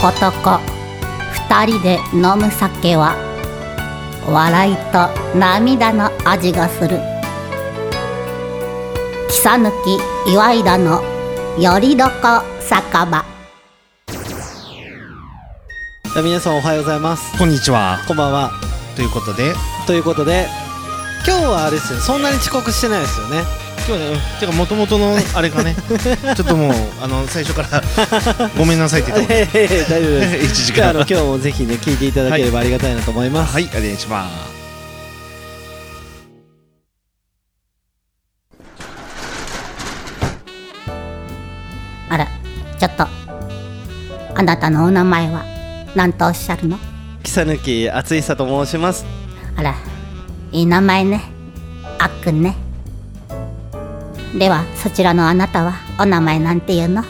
男二人で飲む酒は笑いと涙の味がする木さぬき岩井田のよりどこ酒場じゃあ皆さんおはようございますこんにちは。こんばんはということで、ということで今日はあれですよねそんなに遅刻してないですよね今日ね、うんてか元々のあれ がね、ちょっともうあの最初からごめんなさいって言って大丈夫です 一時じゃああ間の今日もぜひね聞いていただければありがたいなと思います、はい、お願いします。あらちょっとあなたのお名前は何とおっしゃるの木さぬきあついさと申しますあらいい名前ねあっくんねではそちらのあなたはお名前なんていうの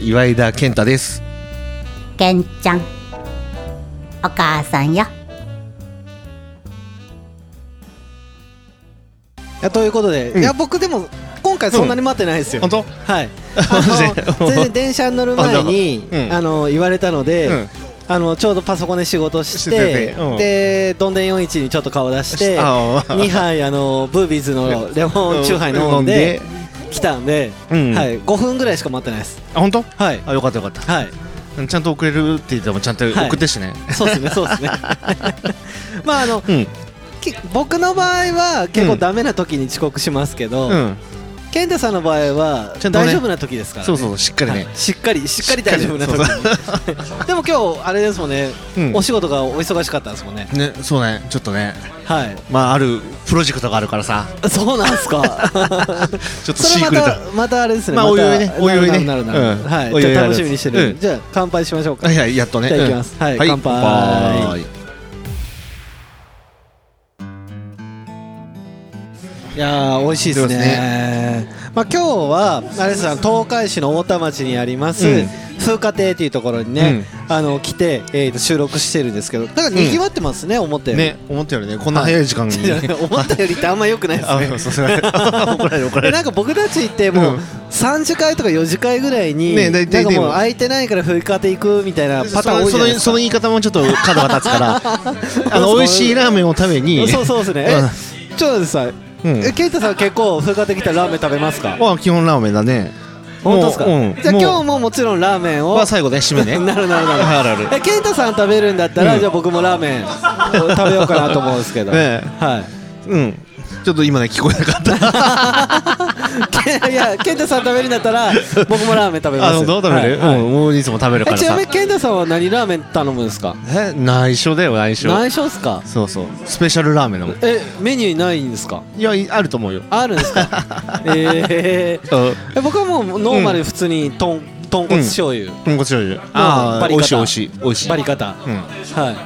岩井田健太です。けんちゃんお母さんよいやということで、うんいや僕でも今回そんなに待ってないですよ、本当？ はいあの全然電車に乗る前に、うんあの言われたので、うんあのちょうどパソコンで仕事ししてててうんでどんでん41にちょっと顔出してあー2杯あのブービーズのレモンチューハイ飲んで、来たんで、うんはい、5分ぐらいしか待ってないですあ本当？はいあよかったよかっはいた。ちゃんと送れるって言ってもちゃんとはい送ってしね。そうですねそう ですねまああのうんき僕の場合は結構ダメな時に遅刻しますけど、うん。健太さんの場合はちゃんとね大丈夫な時ですから、ね、そうそうしっかりねは。いしっかりしっかり大丈夫な時しっかにでも今日あれですもんね、うんお仕事がお忙しかったんですもんねりねそうねちょっとねはいまああるプロジェクトがあるからさそうなんすか ちょっとそシれーまクレットたまたあれですねまあたおいおいねおいおいねなるなるなるうんはいおいおいじゃあやる楽しみにしてうるんじゃあ乾杯しまし ょうかはいはいやっとねじゃあうんいきますはい乾杯乾杯いやー美味しいですねそうですまあ、今日はあれですよ東海市の大田町にあります、うん風花亭というところにね、あの来て、えーと収録してるんですけどだから賑わってますね、思ったより、ね思ったよりねこんな早い時 間に思ったよりってあんま良くないですあねそう そう怒られる怒らえれるなんか僕たちってもううん3次会とか4次会ぐらいに、ねな大んか体もうね空いてないから風化で行くみたいなパターン多いじそゃなのそいのですそかの言い方もちょっと角が立つから あの美味しいラーメンを食べにそうそうですねえちょっと待ってさうんえケイタさん結構風化できたらラーメン食べますかあ基本ラーメンだね本当ですか、もううんじゃあもう今日ももちろんラーメンをは最後ね締めね なるなるなるあるあるえケイタさん食べるんだったら、うんじゃあ僕もラーメンを食べようかなと思うんですけど、ねえはいうんちょっと今ね聞こえなか ったけい や、健太さん食べるんだったら、僕もラーメン食べます。あのどう食べるはいはいうんもういつも食べるかえらちなさみに健太さんは何ラーメン頼むんですか。え内緒だよ内緒内緒っすか。そうそうスペシャルラーメンだもんえ、メニューにないんですか。いやいあると思うよあるん ですか。えーうんえ、僕はもうノーマル普通にとん、豚骨醤油。豚骨醤油バああリ美カ味タしい美味しい美味しいバリカタ。うん はい。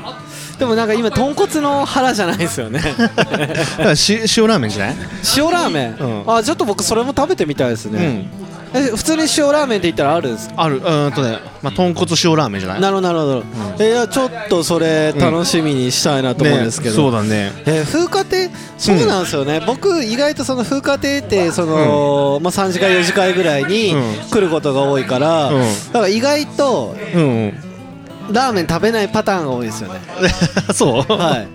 でもなんか今豚骨の腹じゃないですよ ねだからし塩ラーメンじゃない塩ラーメン、うんあちょっと僕それも食べてみたいですね、え普通に塩ラーメンって言ったらあるんですあるうーんとねまあ豚骨塩ラーメンじゃないなるほどなるほど、えいやちょっとそれ楽しみにしたいなと思うんですけど、ねそうだねえー風化亭そうなんですよね、僕意外とその風化亭ってその、まあ、3時間4時間ぐらいにうん来ることが多いから、うんだから意外とうんうんラーメン食べないパターンが多いですよね そうはい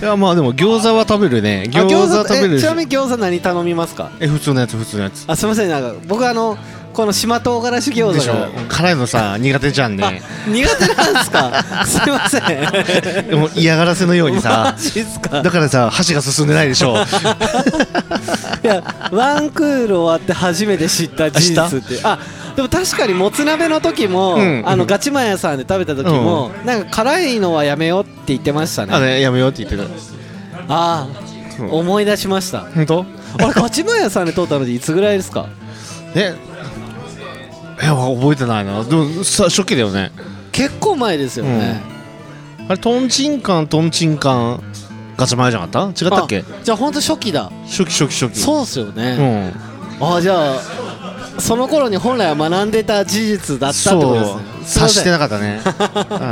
いやまあでも餃子は食べるねあ餃子は食べるえしちなみに餃子何頼みますかえ普通のやつ普通のやつあすみませんなんか僕あのこの島唐辛子で餃子しょが辛いのさ苦手じゃんあ ね苦手なんです かすみませんでも嫌がらせのように マさジっすかだからさ箸が進んでない でしょいやワンクール終わって初めて知った事実ってあでも確かにもつ鍋の時も、うんあのガチマン屋さんで食べた時も、なんか辛いのはやめようって言ってましたねああねやめようって言ってたあうーん思い出しました本当あれガチマン屋さんで通ったのっていつぐらいですかえいや覚えてないなでもさ初期だよね結構前ですよね、あれトンチンカントンチンカンガチ前じゃなかった違ったっけあじゃあほんと初期だ初期初期初期そうっすようね、んああじゃあその頃に本来は学んでた事実だったってことですねそうすいま察せんしてなかっ たね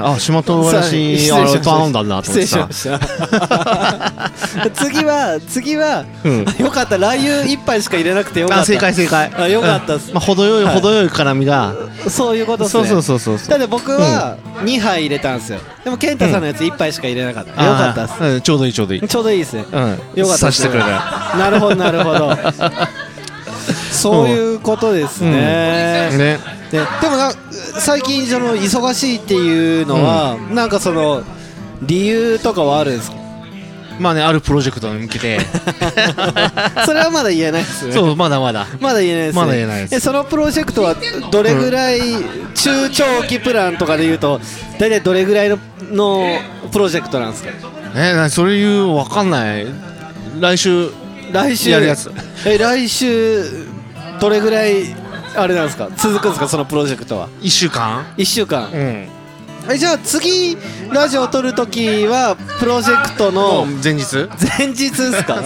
ああ島と私そうあ失礼しれました頼んだんだと失思っ礼てしまさした。 次は、次は、うんあよかった、ラー油一杯しか入れなくてよかった。あ正解正解あよかったっすうんまあ、程よい、はい程よい辛みがそういうことっすそうね。そうそうそうだって僕は2杯入れたんですよ。でも、健太さんのやつ1杯しか入れなかった。よかったっすあーうんちょうどいいちょうどいい、うん、ちょうどいいですね。よかった察してくれたなるほど、なるほ ど。そういうことですね。ねででもな最近その忙しいっていうのは、なんかその理由とかはあるんですか まあねあるプロジェクトに向け てそれはまだ言えないですねそうまだまだまだ言えないです、ね、まだ言えないですそのプロジェクトはどれぐらい中長期プランとかで言うと大体どれぐらいののプロジェクトなんですかえなそれ言うわかんない来週来週やるやつえ来週どれぐらいあれなんですか続くんですかそのプロジェクトは1週間1週間うんえじゃあ次ラジオ撮るときはプロジェクトの前日前日です か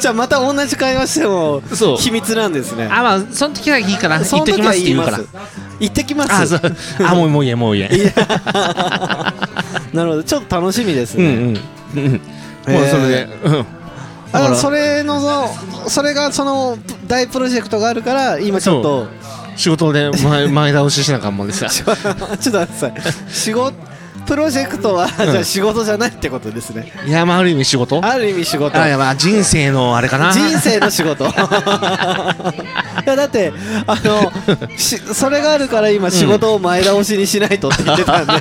じゃあまた同じ会話してもそう秘密なんですねあまあその時はいいかなそ行のって時きはま言すってい言うまからす行ってきますあそうあもうもう言えもう言え なるほどちょっと楽しみですうんね、うんうんもうそえーれでうんだかあらそれのそのそれがその大プロジェクトがあるから今ちょっと仕事で 前前倒ししなあかんもんでさちょっと 待ってください仕事プロジェクトは、じゃあ仕事じゃないってことですねいやまあある意味仕事ある意味仕事あいやまあ人生のあれかな人生の仕事 いやだってあのしそれがあるから今仕事を前倒しにしないとって言ってたん で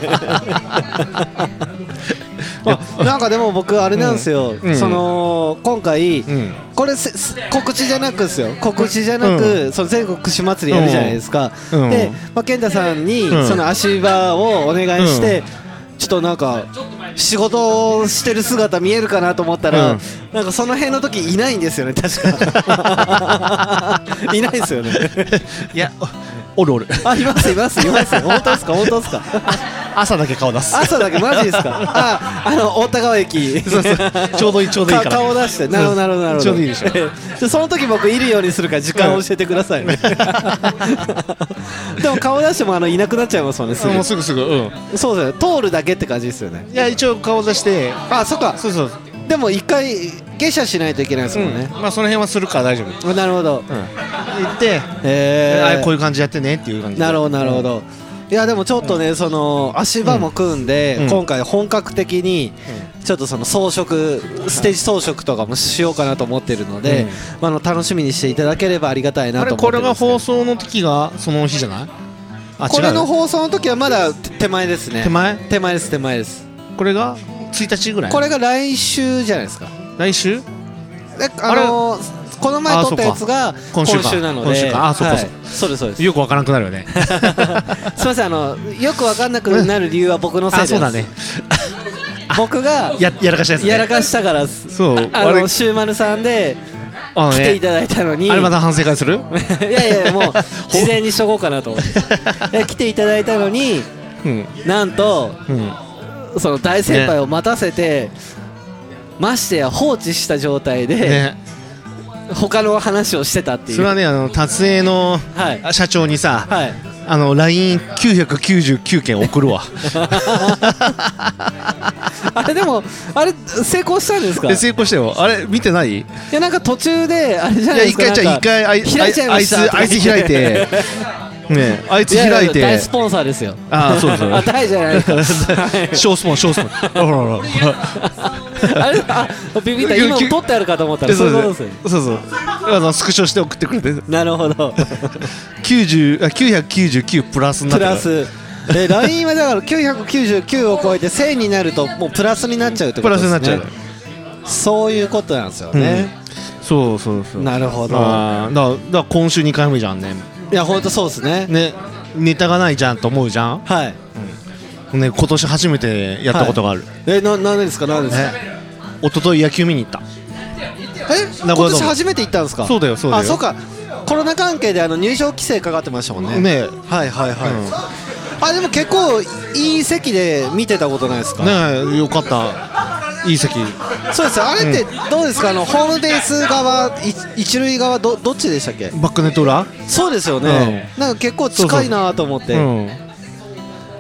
あなんかでも僕あれなんですよ、うんその今回、うんこれせす告知じゃなくですよ告知じゃなく、その全国串祭りやるじゃないですか、うんでうん、まあ、健太さんにうんその足場をお願いして、ちょっとなんか仕事をしてる姿見えるかなと思ったら、うんなんかその辺の時いないんですよね確 かいないですよね いやおおるおるあいますいますいます本当ですか本当ですか朝だけ顔出す朝だけマジですかああの大田川駅そうそうちょうどいいちょうどいいかから顔出してなるほどなるほどなるほどちょうどいいでしょじゃあその時僕いるようにするから時間を教えてくださいね でも顔出してもあのいなくなっちゃいますもんねすもぐうすぐすぐうんそうですね通るだけって感じですよねいや一応顔出してあそっかそうそうでも一回下車しないといけないですもんね、まあその辺はするから大丈夫なるほどうん行ってえあー、こういう感じやってねっていう感じでなるほどなるほど、いやでもちょっとね、その足場も組んで、うん今回本格的にちょっとその装飾ステージ装飾とかもしようかなと思ってるので、うんまあ、あの楽しみにしていただければありがたいなあとれ思っこてれるんでがすけど放送の時がその日じゃないあこれの違う放送の時はまだ手手前ですね手前手前です手前ですこれが1日ぐらいこれが来週じゃないですか来週であのーこの前あ撮ったやつがそ今うか今週週かなので今週かあそうかはいそそううですそうですよくわからなくな るよねすみませんあのよくわかんなくなる理由は僕のせいあですそうだね 僕がややらかしたやつ ねやらかしたからっすそうああれのシューマルさんであの来ていねただいたのに、あれまた反省会す いるやいやもう 事前にしとこうかなと思っていや来ていただいたのにうんなんとうんその大先輩を待たせて、ましてや放置した状態で、ね他の話をしてたっていうそれはねあの達英のはい社長にさはいあの LINE999 件送 るわあれでもあれ成功したんですかえ成功したよあれ見 てないいやなんか途中であれじゃいなやいです一か回じゃあなん一か回あい開いちゃいあまいしつたあいつ開 いてねあいつ開いややて大スポンサーですよあそうそ うあ大じゃないですかはい 小スポン小スポンほらほらほ らあれあビビった今取ってあるかと思ったらそういうことですよねそうそうあのスクショして送ってくれてなるほ ど90あ999プラスになプってるラスえ LINE はだから999を超えて1000になるともうプラスになっちゃうってこプとラでスすにねなっちゃうそういうことなんですよね、そうそうそうなるほどあーだからだから今週2回目じゃんねいやほんとそうですねねネタがないじゃんと思うじゃんはいね今年初めてやったことがある、えな何ですか何ですか、一昨日野球見に行ったえ今名古屋ドーム年初めて行ったんですかそうだよそうだよあそうかコロナ関係であの入場規制かかってましたもんねねはいはいはい、あでも結構いい席で見てたことないですか、ねえよかったいい席そうですよあれってどうですか、あのホームベース側い一塁側どどっちでしたっけバックネット裏そうですよね、なんか結構近いなと思ってうん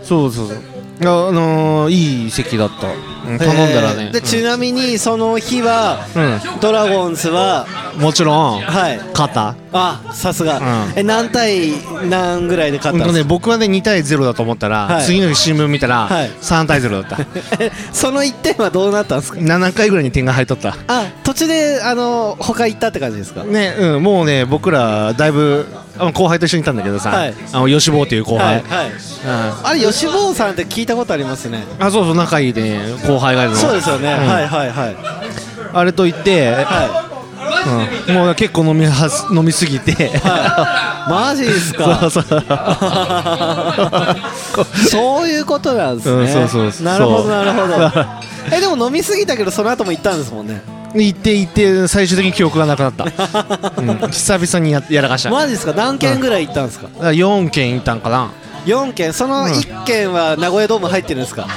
そうそうそうああのーいい席だった、うん頼んだらえねーでちなみにその日は、うドラゴンズはうん、もちろんはい肩あさすが、うんえ何対何ぐらいで勝うっんたとんでねすか、僕はね2対0だと思ったら、はい次の日新聞見たら、はい3対0だった その1点はどうなったんですか7回ぐらいに点が入っとったあ途中であの他行ったって感じですかねうん、もうね僕らだいぶあの後輩と一緒にいたんだけどさ、はいあの吉坊っていう後輩、はい、うんあれ吉坊さんって聞いたことありますねあそうそう仲いいね後輩がいるのそうですよね、んはいはいはいあれと言って、 はうんもう結構飲みはす飲みすぎて、い、はい、マジですそかうそうそういうことなんですね、うんそうそうそうなるほどなるほそうどえでも飲みすぎたけどその後も行ったんですもんね行って行って最終的に記憶がなく なった、うん久々にややらかした、マジですか何軒ぐらい行ったんですか4軒いたんかな4軒その1軒は名古屋ドーム入ってるんですか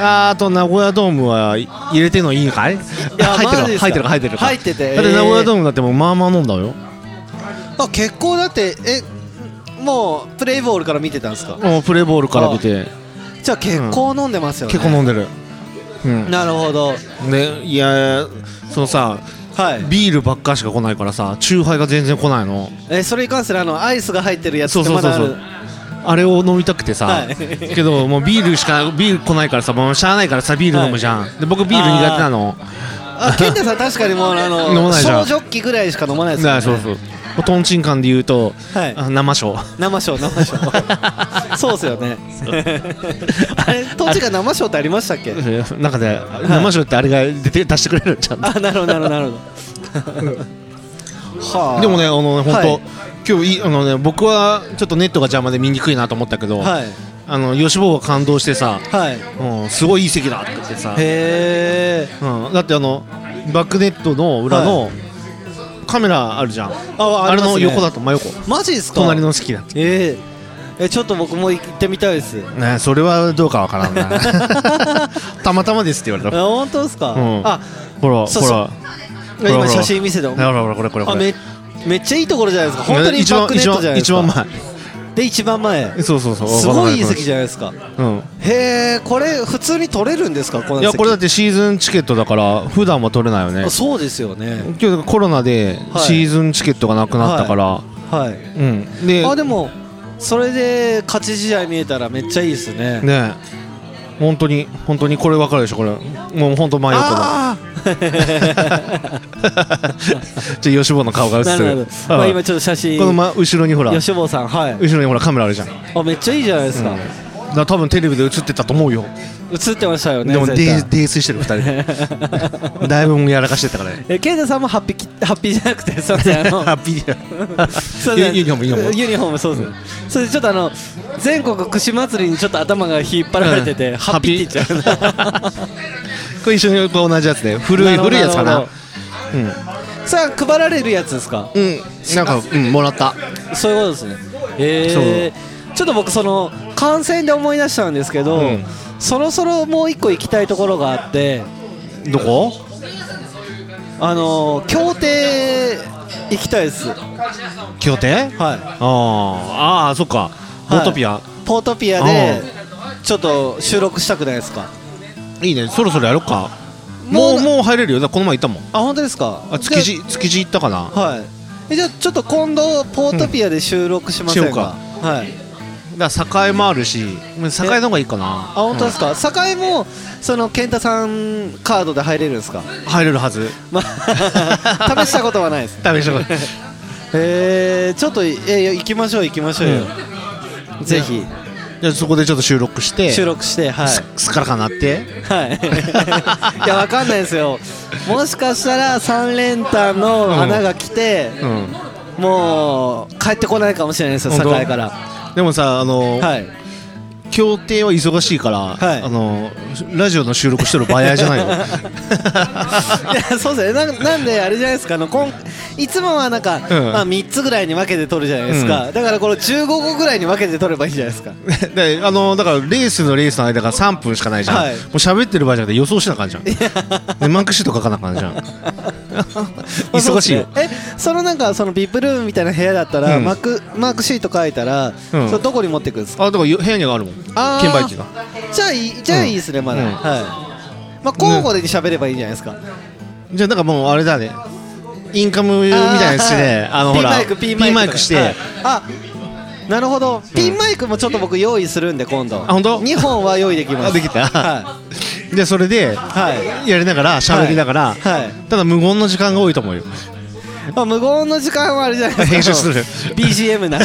あーと名古屋ドームはい入れてんのいいんかいや入っマてジでるすか入ってる入ってる入っててだってえー名古屋ドームだってもうまあまあ飲んだよあ結構だってえもうプレイボールから見てたんですかもうプレーボールから見てじゃあ結構飲んでますよね、結構飲んでるうんなるほどでいやーそのさはいビールばっかしか来ないからさチューハイが全然来ないのえそれに関するあのアイスが入ってるやつそっうてそまうそうだあるそうあれを飲みたくてさ、はいけどもうビールしかビール来ないからさもうしゃあないからさビール飲むじゃん、で僕ビール苦手なのあケンタさん確かにもうあの飲まないじゃん小ジョッキぐらいしか飲まないですだよからねそうそうとんちんンで言うと、はいあ生酒生ショー生ショ ーそうっすよねあれ当時から生ショーってありましたっけ なんかね、生酒ってあれが出て出してくれるちゃんとあなるほどなるほどなるほど はあでもねあのね本当、はい今日いいあのね僕はちょっとネットが邪魔で見にくいなと思ったけど、はいあの吉坊が感動してさ、はいうん、すごいいい席だって言ってさ、へえうん、だってあのバックネットの裏の、カメラあるじゃんああありれますのね横だと真横マジですか隣の席だえええちょっと僕も行ってみたいですねそれはどうかわから んなたまたまですって言われあた本当ですか、うんあほらそうほそらう今写真見せてほらほらこれこれこあれめめっちゃいいところじゃないですか本当にバックネットじゃないです一か番一番で一番前前そうそうそうすごいいい席ゃじゃないですかうんへえこれ普通に取れるんですかこのい席やこれだってシーズンチケットだから普段は取れないよねあそうですよね今日コロナではいシーズンチケットがなくなったから、はいうんであでもそれで勝ち試合見えたらめっちゃいいですねね本当に本当にこれわかるでしょこれもう本当真横だあ じゃ吉本の顔が映あっ てなるるほど、まあ、今ちょっと写うん真この、ま、後ろにほら後吉坊さんはいろにほらカメラあるじゃん、あめっちゃいいじゃないですか、だから多分テレビで映ってたと思うよ、映ってましたよねでも絶泥対泥酔してる2 人だいぶもうやらかしてたからねえケイタさんもハッピーき ハッピーじゃなくてすいませんあの ハッピすいまーせユんユニフォームユニフォー ムユニフォームそうです、それでちょっとあの全国串祭りにちょっと頭が引っ張られてて、うんハッピーって言っちゃうこれ一緒にこう同じやつで古ないるほど古いやつかななるさあ配られるやつですかうん、なんか、うん、もらったそういうことですねえー、ちょっと僕その観戦で思い出したんですけど、うんそろそろもう一個行きたいところがあってどこあのー競艇行きたいですは協定いああああそっかボトピア、ポートピアでちょっと収録したくないですかい、いねそろそろやろっかもうもう入れるよだからこの前行ったもんあ本当ですかあ築地築地行ったかなじゃあはいえじゃあちょっと今度ポートピアで収録しませんしようかか、はいだから栄もあるし栄の方がいいかなあ本当ですか、栄もその健太さんカードで入れるんですか、うん入れるはずまあ、試 したことはないです試 したこえー、ちょっといやいや行きましょう行きましょうよ、ぜひじゃあそこでちょっと収録して収録してはいすすっからかなって はいいやわかんないですよもしかしたら3連単の花が来て、うんもう帰ってこないかもしれないですよ本当栄からでもさあの、はい協定は忙しいから、はいあのラジオの収録してる場合じゃないのいやそうですねななんであれじゃないですかあの今いつもはなんか、んまあ、3つぐらいに分けて取るじゃないですか、だからこの15個ぐらいに分けて取ればいいじゃないですか であのだからレースのレースの間が3分しかないじゃん、はいもう喋ってる場合じゃなくて予想しなあかんじゃんでマークシート書かなあかんじゃん 忙しいよそうですねえそのなんかそのビップルームみたいな部屋だったら、うんマークマークシート書いたら、それどこに持ってくんですかあだからよ部屋にあるもんあー券売機がじゃあいいじゃあいいですねまだ、うんはいまあ交互で喋ればいいじゃないですか、じゃあなんかもうあれだねインカムみたいなしてねあ,、の P ほらマイク P マイク P マイクして、はいあなるほど、ピンマイクもちょっと僕用意するんで今度あ本当2本は用意できますあできたはでそれでい、はいやりながら喋りながら、はいはいただ無言の時間が多いと思 うよまあ、無言の時間はあれじゃないですか編 集する BGM な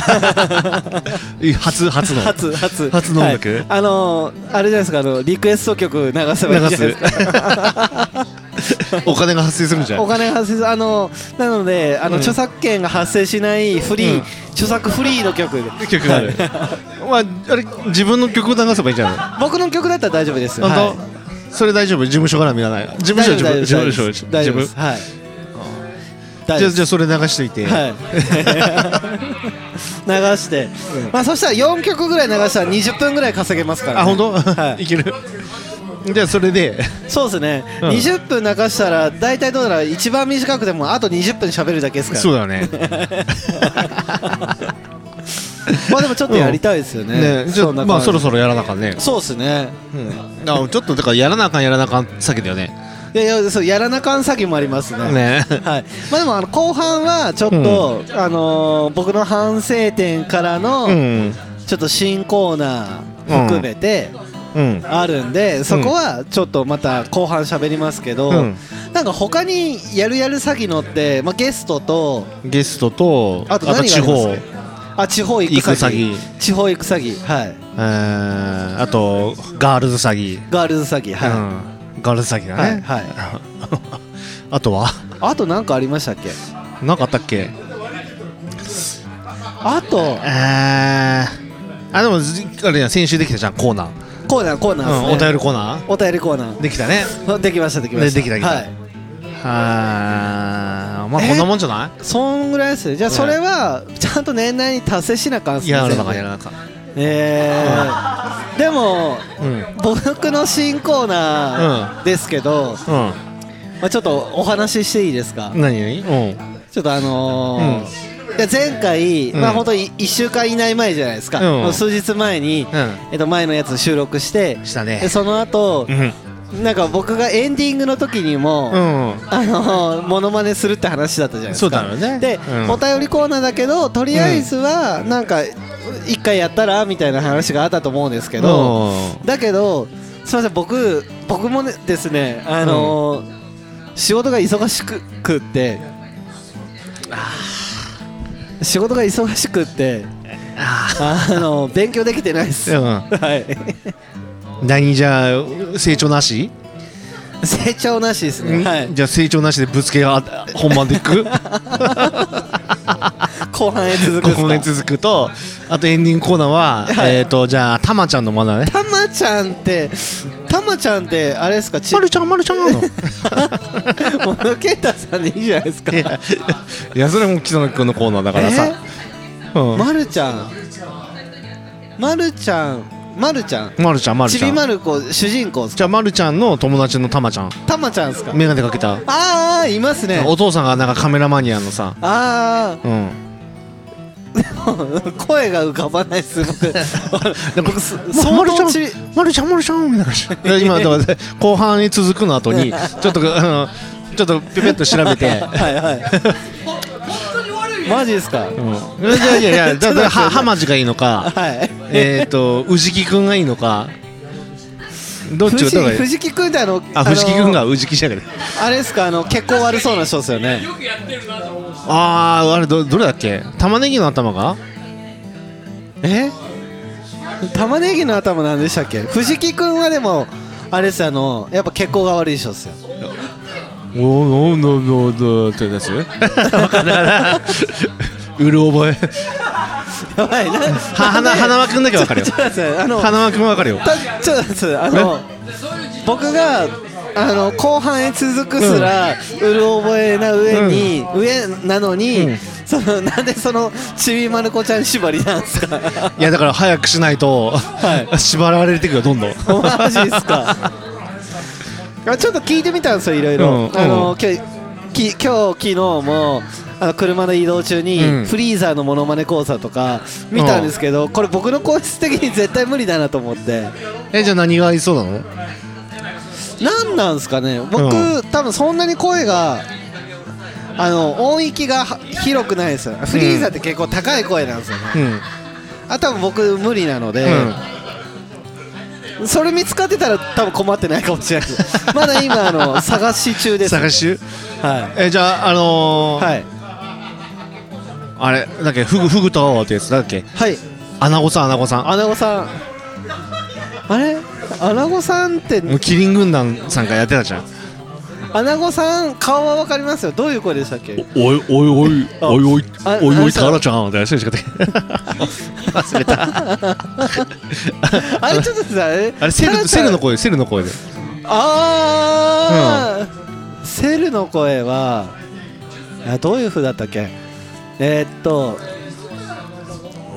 初 初の初初初の音楽はいあのー、あれじゃないですかあのリクエスト曲流せばいいんじゃないですかお金が発生するんじ ゃおん金が発生すあのなのであの、うん著作権が発生しないフリー、うん著作フリーの曲で曲がある、はいまあ、あれ自分の曲を流せばいいんじゃない僕の曲だったら大丈夫ですよ本当、はいそれ大丈夫事務所絡みがない事務所は自分大事丈夫務です所は大丈自夫分ですじはい大丈ゃ夫あでじゃあそれ流していて、すはい 流して、まあそしたら4曲ぐらい流したら20分ぐらい稼げますから、ね、あ本当、はい い、けるじゃあそれでそうですね、うん20分流したら大体どうだろう一番短くてもあと20分喋るだけですからそうだね まあでもちょっとやりたいですよね,、ねじゃあんな感まあそろそろやらなあかんね、そうですねうん、あちょっとだからやらなあかんやらなあかん先だよねいやいやそうやらなかん詐欺もありますねね はい、まあでもあの後半はちょっと、あのー僕の反省点からのうんちょっと新コーナー含めてうんあるんで、そこはちょっとまた後半喋りますけど、うんなんか他にやるやる詐欺のって、まあ、ゲストとゲストとあとあと何があり地ます方あ地方行く詐欺行く詐地方行く詐欺はいえーあとガールズ詐欺、ガールズ詐欺はい、うん、ガールズ詐欺だね、はい あとはあと何かありましたっけ何かあったっけあとえーあでもずあれや先週できたじゃんコーナー、コーナーコーナーうんおですね、便りコーナお便りコーナーできたねーできましたできましたでできたできたはいはーまあこんなもんじゃない、そんぐらいですねじゃあそれはちゃんと年内に達成しなあかんっすねやらなあかんや全部らなあかんえー、でもうん僕の新コーナーですけど、まあ、ちょっとお話ししていいですか、うん何何うんちょっとあのーで前回、うんまあ本当1週間以内前じゃないですか、うん数日前に、んえっと、前のやつ収録してしたねでその後う、んなんか僕がエンディングの時にも、うんあのー、モノマネするって話だったじゃないですかそうだろうねで、うんお便りコーナーだけどとりあえずはなんか一回やったらみたいな話があったと思うんですけど、だけどすいません僕僕もねですねあのー仕事が忙しくくって仕事が忙しくってああのー勉強できてないです、う はいん何じゃあ成長なし、成長なしですね、はい、じゃあ成長なしでぶつけが本番でいく後半へ続くっすかここで続くとあとエンディングコーナーは、はいえっ、ー、とじゃあたまちゃんのマナーねたまちゃんってたまちゃんってあれですかちまるちゃんまるちゃん のもうケンタさんでいいじゃないですかいやいやそれも木曽君のコーナーだからさ、うんままるちゃんまるちゃんまるちゃんるちゃんまるちちゃびんまる子主人公ですかじゃあまるちゃんの友達のたまちゃんたまちゃんですか眼鏡かけた、ああいますねお父さんがなんかカメラマニアのさあうんあ声が浮かばないです 僕僕すま相るちゃ当ちびん、まるちゃん、まるちゃんみたいな感じ。 で今だから後半に続くの後に、ちょっとあの、ちょっとピペッと調べ て。はいはいマジですかうん、いやいやいや、だからは浜地がいいのか、はいえっと、氏木くんがいいのか。どっち藤木をだから。藤木君ってあのあ、の藤木くんが氏木じゃなくて。あれですかあの結構悪そうな人ですよねああ、あれ、ど、どれだっけ、玉ねぎの頭が。え玉ねぎの頭なんでしたっけ藤木君はでもあれですよあのやっぱ血行が悪い人ですよおーおーおーおーおーってやつ。わかんないな。うる覚え。やばいなはは、花、花輪くんだけわかるよちょ。っと待ってくださいあの花輪くんわかるよ。たちょっと待ってくださいあの僕があの後半へ続くすら、うる覚えな上に、上なのに、うんそのなんでそのちびまる子ちゃん縛りなんですかいやだから早くしないと、縛られていくよどんどんマジですかあちょっと聞いてみたんですよいろいろ、うんあの今日き今日昨日もあの車の移動中に、うんフリーザーのモノマネ講座とか見たんですけど、これ僕の皇室的に絶対無理だなと思ってえじゃあ何が合いそうなのなんなんですかね僕、う多分そんなに声があの音域がは広くないですよフリーザって結構高い声なんですよね、うんあ多分僕無理なので、それ見つかってたら多分困ってないかもしれないですまだ今あの探し中です探し中はえじゃああのいーはいあれなんだっけフグフグとってやつなんだっけはいアナゴさんアナゴさんアナゴさんあれアナゴさんってもうキリン軍団さんがやってたじゃんアナゴさん顔は分かりますよどういう声でしたっけおいおいおいあおいおいあおいあおれいさタラちゃんってそういう仕方忘れたあれちょっとさあれあれセタラルちゃセんルの声セルの声であー、セルの声はあどういう風だったっけえーっと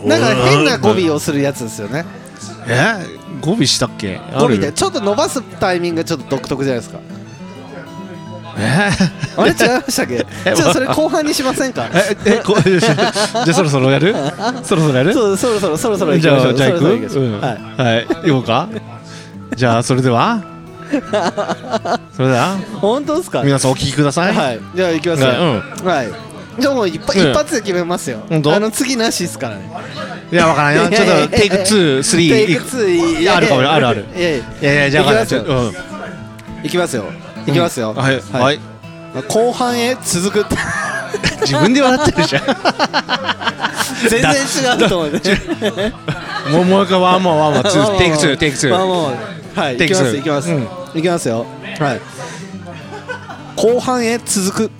なんか変な語尾をするやつですよねえ語尾したっけあ語尾るでちょっと伸ばすタイミングがちょっと独特じゃないですかえあれ違いましたっけえちょっとそれ後半にしませんかええこじゃあそろそろやるそろそろやるそうそろそろそろそろ行じきましゃょあうじゃあ行くそろそろ行きましょううんはいはい行こうかじゃあそれではそれでは本当ですか皆さんお聞きくださいはいじゃあ行きますよはいじゃあもう一発うん一発で決めますよ本当あの次なしですからねいやわからん よちょっとテイテクイ2、ク3 2いやあるかもねあるあるいやいやいやいやじゃあわからんいきますよちょうんいきますよいきますよはいはい後半へ続くって 自分で笑ってる じゃん全然違うと思うねもうもう一回ワンモアワンモアツーテイクツーテイクツまあーもうはいテいイクきツまーすいきますうんいきますよはい後半へ続く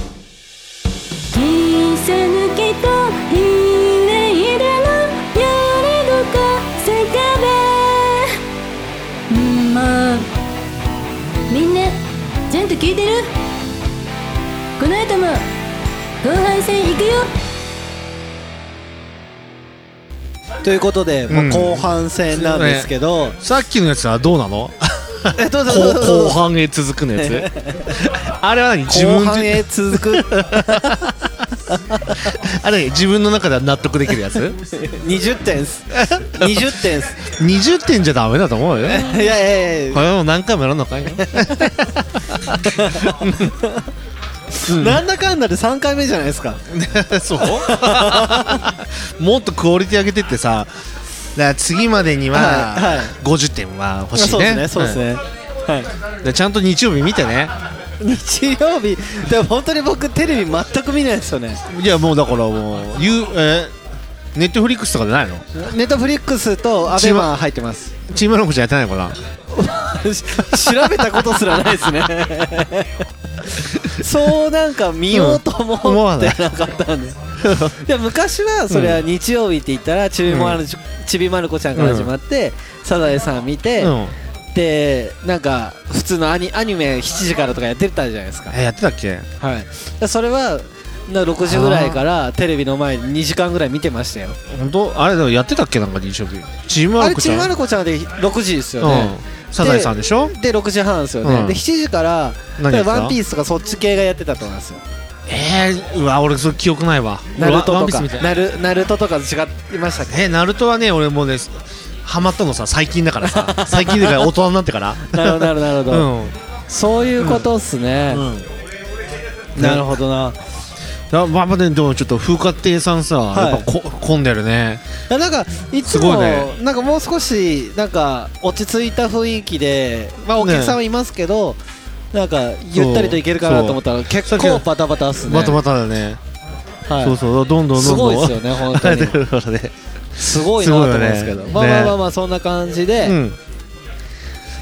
「切りさ抜けたいないだのやれどかせかべ」んーもうみんなちゃんと聞いてるこの後も後半戦行くよということでまあうん後半戦なんですけどさっきのやつはどうなのえどうぞどうぞどう後後ぞ半へ続くのや つあれは何自後分半へ続くあれ自分の中では納得できるやつ20点です20点です 20点じゃダメだと思うよいやいやいやこれもう何回もやらんのかいなんだかんだで3回目じゃないですか そうもっとクオリティ上げてってさだから次までにははいはい50点は欲しいそうですねねそうですねはいうんでちゃんと日曜日見てね日曜日でも本当に僕テレビ全く見ないですよねいやもうだからもうゆうえネットフリックスとかじゃないのネットフリックスとアベマ入ってます チームランコちゃんやってないのかな調べたことすらない ですねそうなんか見ようと思うん思わっなていなかったんですいや昔はそれは日曜日って言ったらちびまる,、ちびまる子ちゃんから始まって、サザエさん見て、うんでなんか普通のアニアニメ7時からとかやってたじゃないですかえやってたっけはいでそれはな6時ぐらいからテレビの前に2時間ぐらい見てましたよ本当あれでもやってたっけなんか日曜日チームあランれコちちびゃまんる子ちゃんで6時ですよね、うんサザエさんでしょで6時半ですよね、うんで7時から何やってたワンピースとかそっち系がやってたと思いますよえー、うわ俺それ記憶ないわナル俺ワトとンピースか見てないナルナルトとか違いましたっけえナルトはね俺もうねハマったのさ最近だから さ最近だから大人になってからなるほどなるほどなるほうど、ん、そういうことっすね、んなるほどなだまあまあねでもちょっと風化亭さんさ、はいやっぱこ混んでるねいやなんかいつすもごいねなんかもう少しなんか落ち着いた雰囲気でまあお客さんはいますけど、なんかゆったりといけるかなと思ったら結そう構バタバタっすねバタバタだね、はいそうそうどんどんどんどんすごいっすよね本 当にだからねすごいなと思うんですけどすごいよねまあまあまあねまあそんな感じで、うん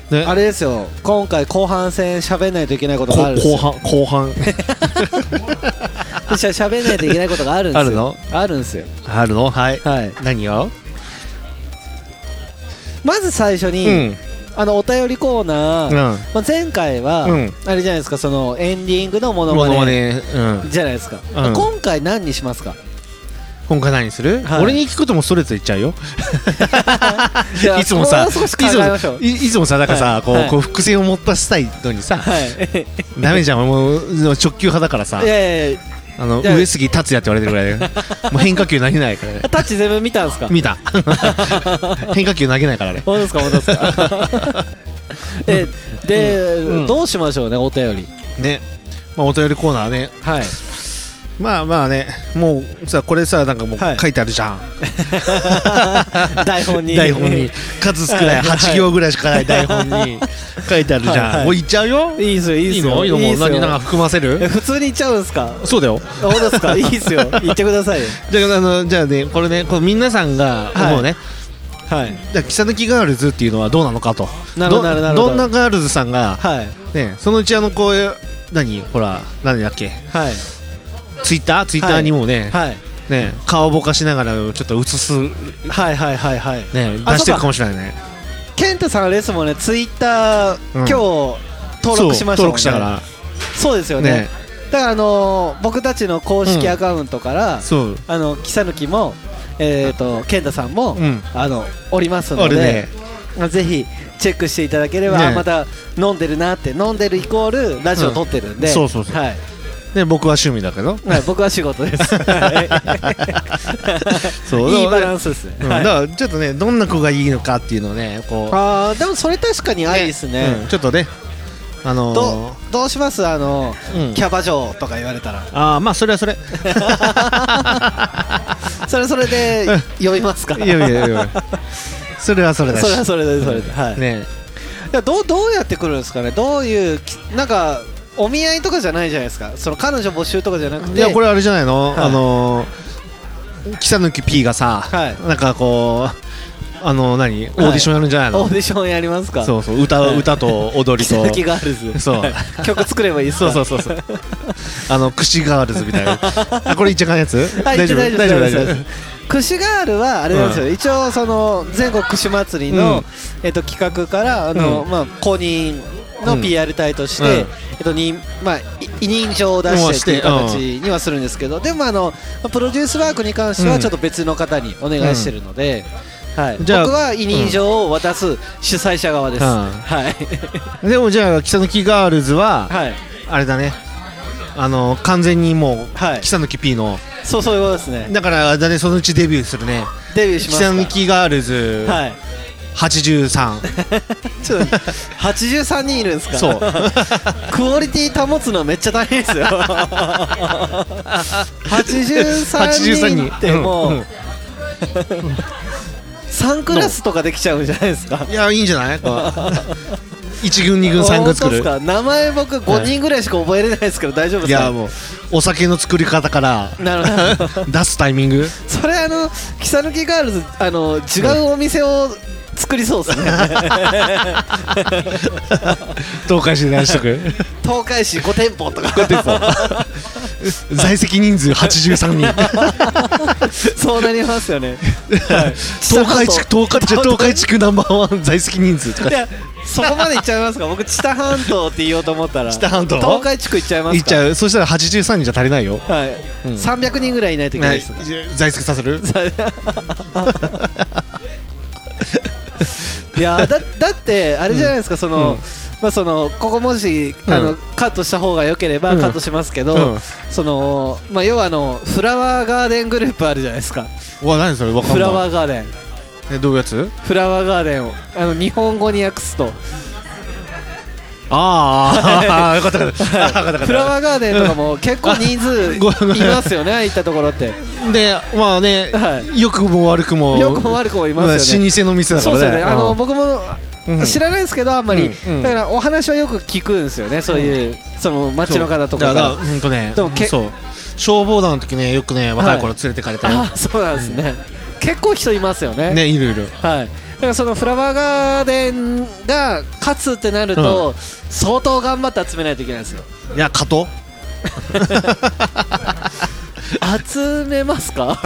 ねあれですよ今回後半戦喋んないといけないことこがあるんです後よ半後 半しゃ 喋んないといけないことがあるんですよあるのあるんですよあるのはいはい何よまず最初に、うんあのお便りコーナー、うんまあ、前回は、うんあれじゃないですかそのエンディングのものものままねねうんじゃないですか、うん今回何にしますか今回何する、はい俺に聞くともうストレートいっちゃうよいや いつもさこれは少し考いつもえましょういいつもさなんかさ、はいこうはいこう伏線を持たせたいのにさ、はいダメじゃん俺もう直球派だからさいやいやいあのいや上杉達也って言われてるぐらいで もう変化球投げないからねやタッチ全部見たんですか 見た変化球投げないからね本当ですか本当です かえで、うんどうしましょうねお便りねまあお便りコーナーね はいまあまあねもうさこれさなんかもうはい書いてあるじゃん、台本に台本に数少はないい8行ぐらいしかない台本に書いてあるじゃん、はいはいもういっちゃうよいいですよいいですよのいいのもうっす何よなんか含ませえる普通に言っちゃうんですかそうだよ本当ですかいいですよ言ってくださいよじゃああのじゃあねこれねこう皆さんがはいもうね、はいじゃあキサヌキガールズっていうのはどうなのかとなるほどなるほどんなガールズさんが、はいね、そのうちあのこういう何ほら何だっけはいツイッターツイッターにもね,、はいね顔ぼかしながらちょっと映す、ね、はいはいはいはい出あしてるかもしれないねケントさんあれですもんねツイッターう今ん日登録しましたそう登もん録したかねらそうですよねねだからあのー僕たちの公式アカウントからそうあのキサヌキもえっとケントさんもうんあのおりますあのれねでぜひチェックしていただければねあまた飲んでるなって飲んでるイコールラジオ撮ってるんでうんそうそうそうはいね僕は趣味だけどはい僕は仕事です。はい そ ういいバランスですね。うんはいだからちょっとねどんな子がいいのかっていうのをねこうあーでもそれ確かにありですうねん。ちょっとねあのーどどうしますあのうんキャバ嬢とか言われたらああまあそれはそれいそれそれ で呼びますか。やいやいやいやそれはそれだしそれはそれでそれで。はい。いねやどうどうやって来るんですかね。どういうきなんかお見合いとかじゃないじゃないですか。その彼女募集とかじゃなくて。いやこれあれじゃないはの、いあのー、北抜き P がさ、はいなんかこうあの何オーディションやるんじゃないの、オーディションやりますか。そうそう歌はい歌と踊 りキサとヌキガールズ。そうはい曲作ればいいですそうか。そうそうそうあの串ガールズみたい なあこれ言っちゃいかんやつはい大丈夫大丈夫大丈大夫大丈丈夫夫串ガールはあれなんですよ、う一応その全国串祭りの、うんえっと、企画からあの、うんまあ、公認うのん PR 隊として、うんえっとにまあ、い委任状を出してっていうもう形してにはするんですけど、でもあのプロデュースワークに関してうはんちょっと別の方にお願いしてるので、はい、僕じゃあは委任状を渡す主催者側です、うんはい でもじゃあ北抜きガールズは、はい、あれだねあの完全にもう、はい北抜き P のそうそういうことですねだからあれだねそのうちデビューするねデビューしま北抜すきガールズかはい83ちょっと83人いるんですかそうクオリティ保つのめっちゃ大変です よ83人ってもんうん3クラスとかできちゃうんじゃないですかいやいいんじゃ ないこう一軍二軍三軍作本当っするか名前僕5人ぐらいしか覚えれないですけど大丈夫でいすかやもうお酒の作り方からなるほ ど出すタイミングそれあのキサヌキガールズあの違うお店を作りそう ですね東海市で出しとく東海市5店舗とか店舗在籍人数83人 そうなりますよね 東海地区東海地区東海地区ナンバーワン在籍人数といかやそこまで行っちゃいますか僕知多半島って言おうと思ったら知多半島東海地区行っちゃいますかいっちゃうそしたら83人じゃ足りないよはい、うん300人ぐらいいないといけないです、在籍させる いやだだってあれじゃないですか、その、うんまあそのここもしあの、うんカットした方が良ければうんカットしますけど、うんそのまあ要はあのフラワーガーデングループあるじゃないですかうわ何それわかフんラなワいーガーデンえどういうやつフラワーガーデンをあの日本語に訳すとあーあー よかったよかったあーよかったよかったフラワーガーデンとかも 結構人数いごめんごめんますよね行ったところってでまあね、は良くも悪くも良くも悪くもいますよねあ老舗の店だかそうらでねすよねあのうん僕もうん知らないですけどあんまりうんうんだからお話はよく聞くんですよねそういうその街の方とかそうだがらほんとねでもけそう消防団の時ねよくね若い頃は連れてかれたよ、あ そうなんですね結構人いますよねねいるいるはいだからそのフラワーガーデンが勝つってなると相当頑張って集めないといけないんですよいや加藤 集めますか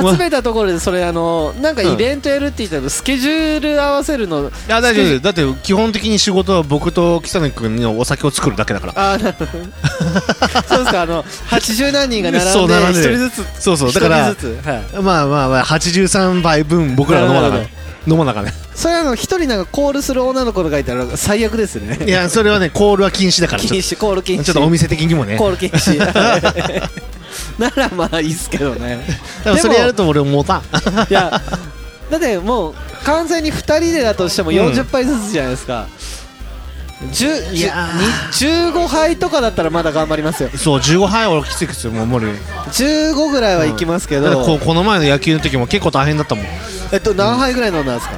集めたところでそれあのなんかイベントやるって言ったらスケジュール合わせるのあ大丈夫ですだって基本的に仕事は僕と北野君のお酒を作るだけだからあーなるほど そうですかあの80何人がそ並うんで並ん一で人ずつそうそうだから一人ずつ、はい、まあまあまあ83杯分僕らが飲まなかなるね飲まなかね それあの一人なんかコールする女の子がいたら最悪ですねいやそれはねコールは禁止だから ち禁ょっ止コール禁と止ちょっとお店的にもねコール禁止 ならまあいいっすけどねでもそれやると俺もたんいやだってもう完全に2人でだとしてもうん40杯ずつじゃないですか、10いや10に15杯とかだったらまだ頑張りますよそう15杯は俺きついですよもう無理15ぐらいはいきますけだからど、こうこの前の野球の時も結構大変だったもんえっと何杯ぐらい飲んだんですか、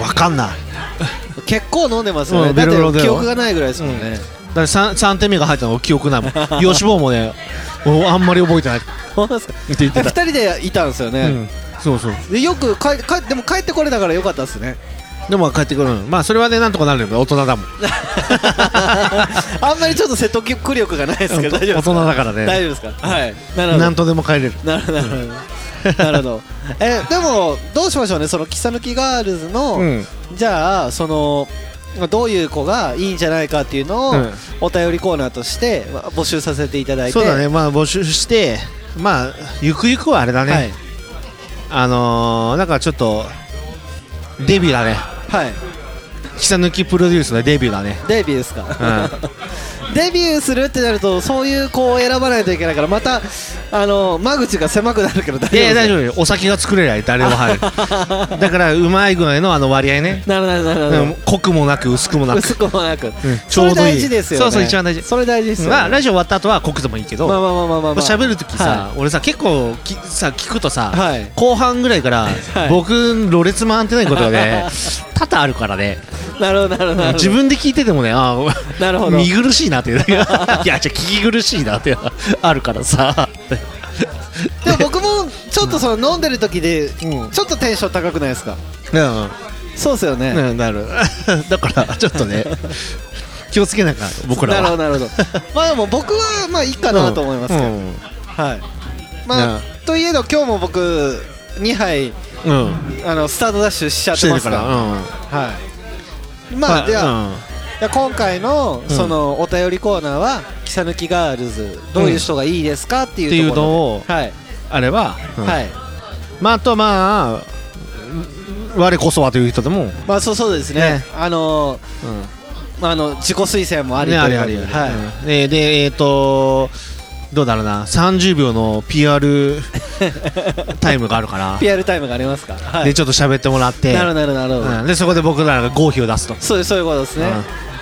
わかんない結構飲んでますよね、うんだベロベロっだてよ記憶がないぐらいですもんね、だから 3, 三点目が入ったの記憶ないもん 吉坊もねおあんまり覚えてないって本当ですか言って2 た、人でいたんですようね、ん、そうそうでよく帰帰でも帰ってこれたからよかったです ねでも帰ってくるまあそれはねなんとかなるよ大人だもんあんまりちょっと説得力がないですけど大丈夫で大すか人だからね大丈夫ですかはいなるほど何とでも帰れるなるほどなるほどなるほ どえでもどうしましょうねそのキサヌキガールズの、うんじゃあそのまあどういう子がいいんじゃないかっていうのを、うんお便りコーナーとしてまあ募集させていただいてそうだねまあ募集してまあゆくゆくはあれだね、はいあのー、なんかちょっとデビューだねはい久抜きプロデュースのデビューだねデビューです か、デビューするってなるとそういう子を選ばないといけないからまたあの間口が狭くなるけど大い丈夫やいや大夫丈夫よお酒が作れりゃ誰でも入るだからうまい具合のあの割合ねなるなるなるなうる、ん濃くもなく薄くもなく薄くもなく、ちょうどいそれい大事ですよねそうそう一番大事それ大事ですよ、ね、まあラジオ終わった後は濃くてもいいけど、まあまあまあまあまあ、まあ、喋るときさ、俺さ結構きさ聞くとさ、はい後半ぐらいから、い僕ろれつ回ってないことがね多々あるからねなるほどなるほどなるほど自分で聞いててもねあーなるほど見苦しいなっていういやじゃあ聞き苦しいなってあるからさでも僕もちょっとその飲んでる時でちょうっんとテンション高くないですかうんそうですよねうんなるだからちょっとね気をつけなきゃ僕らなるほどはなるほど まあでも僕はまあいいかなと思いますけど、うんはいまあねといえど今日も僕2杯うん、うんあのスタートダッシュしちゃっしててまるすかからら、うん、はいまあじゃあ、うんじゃあ今回のんそのお便りコーナーは「キサヌキガールズどういう人がいいですか?」っていうところっていではういあれば、うんはいまああとはまあ我こそはという人でも、まあそうそうですねねあのーうんまああの自己推薦もありね、とあいりうことありであり、はいうんででえっ、とどうだろうな30秒の PR タイムがあるから PR タイムがありますから、はでい、ちょっと喋ってもらってなるほどなるほどなるほど、うんでそこで僕らが合否を出すとそういうそういうことですね、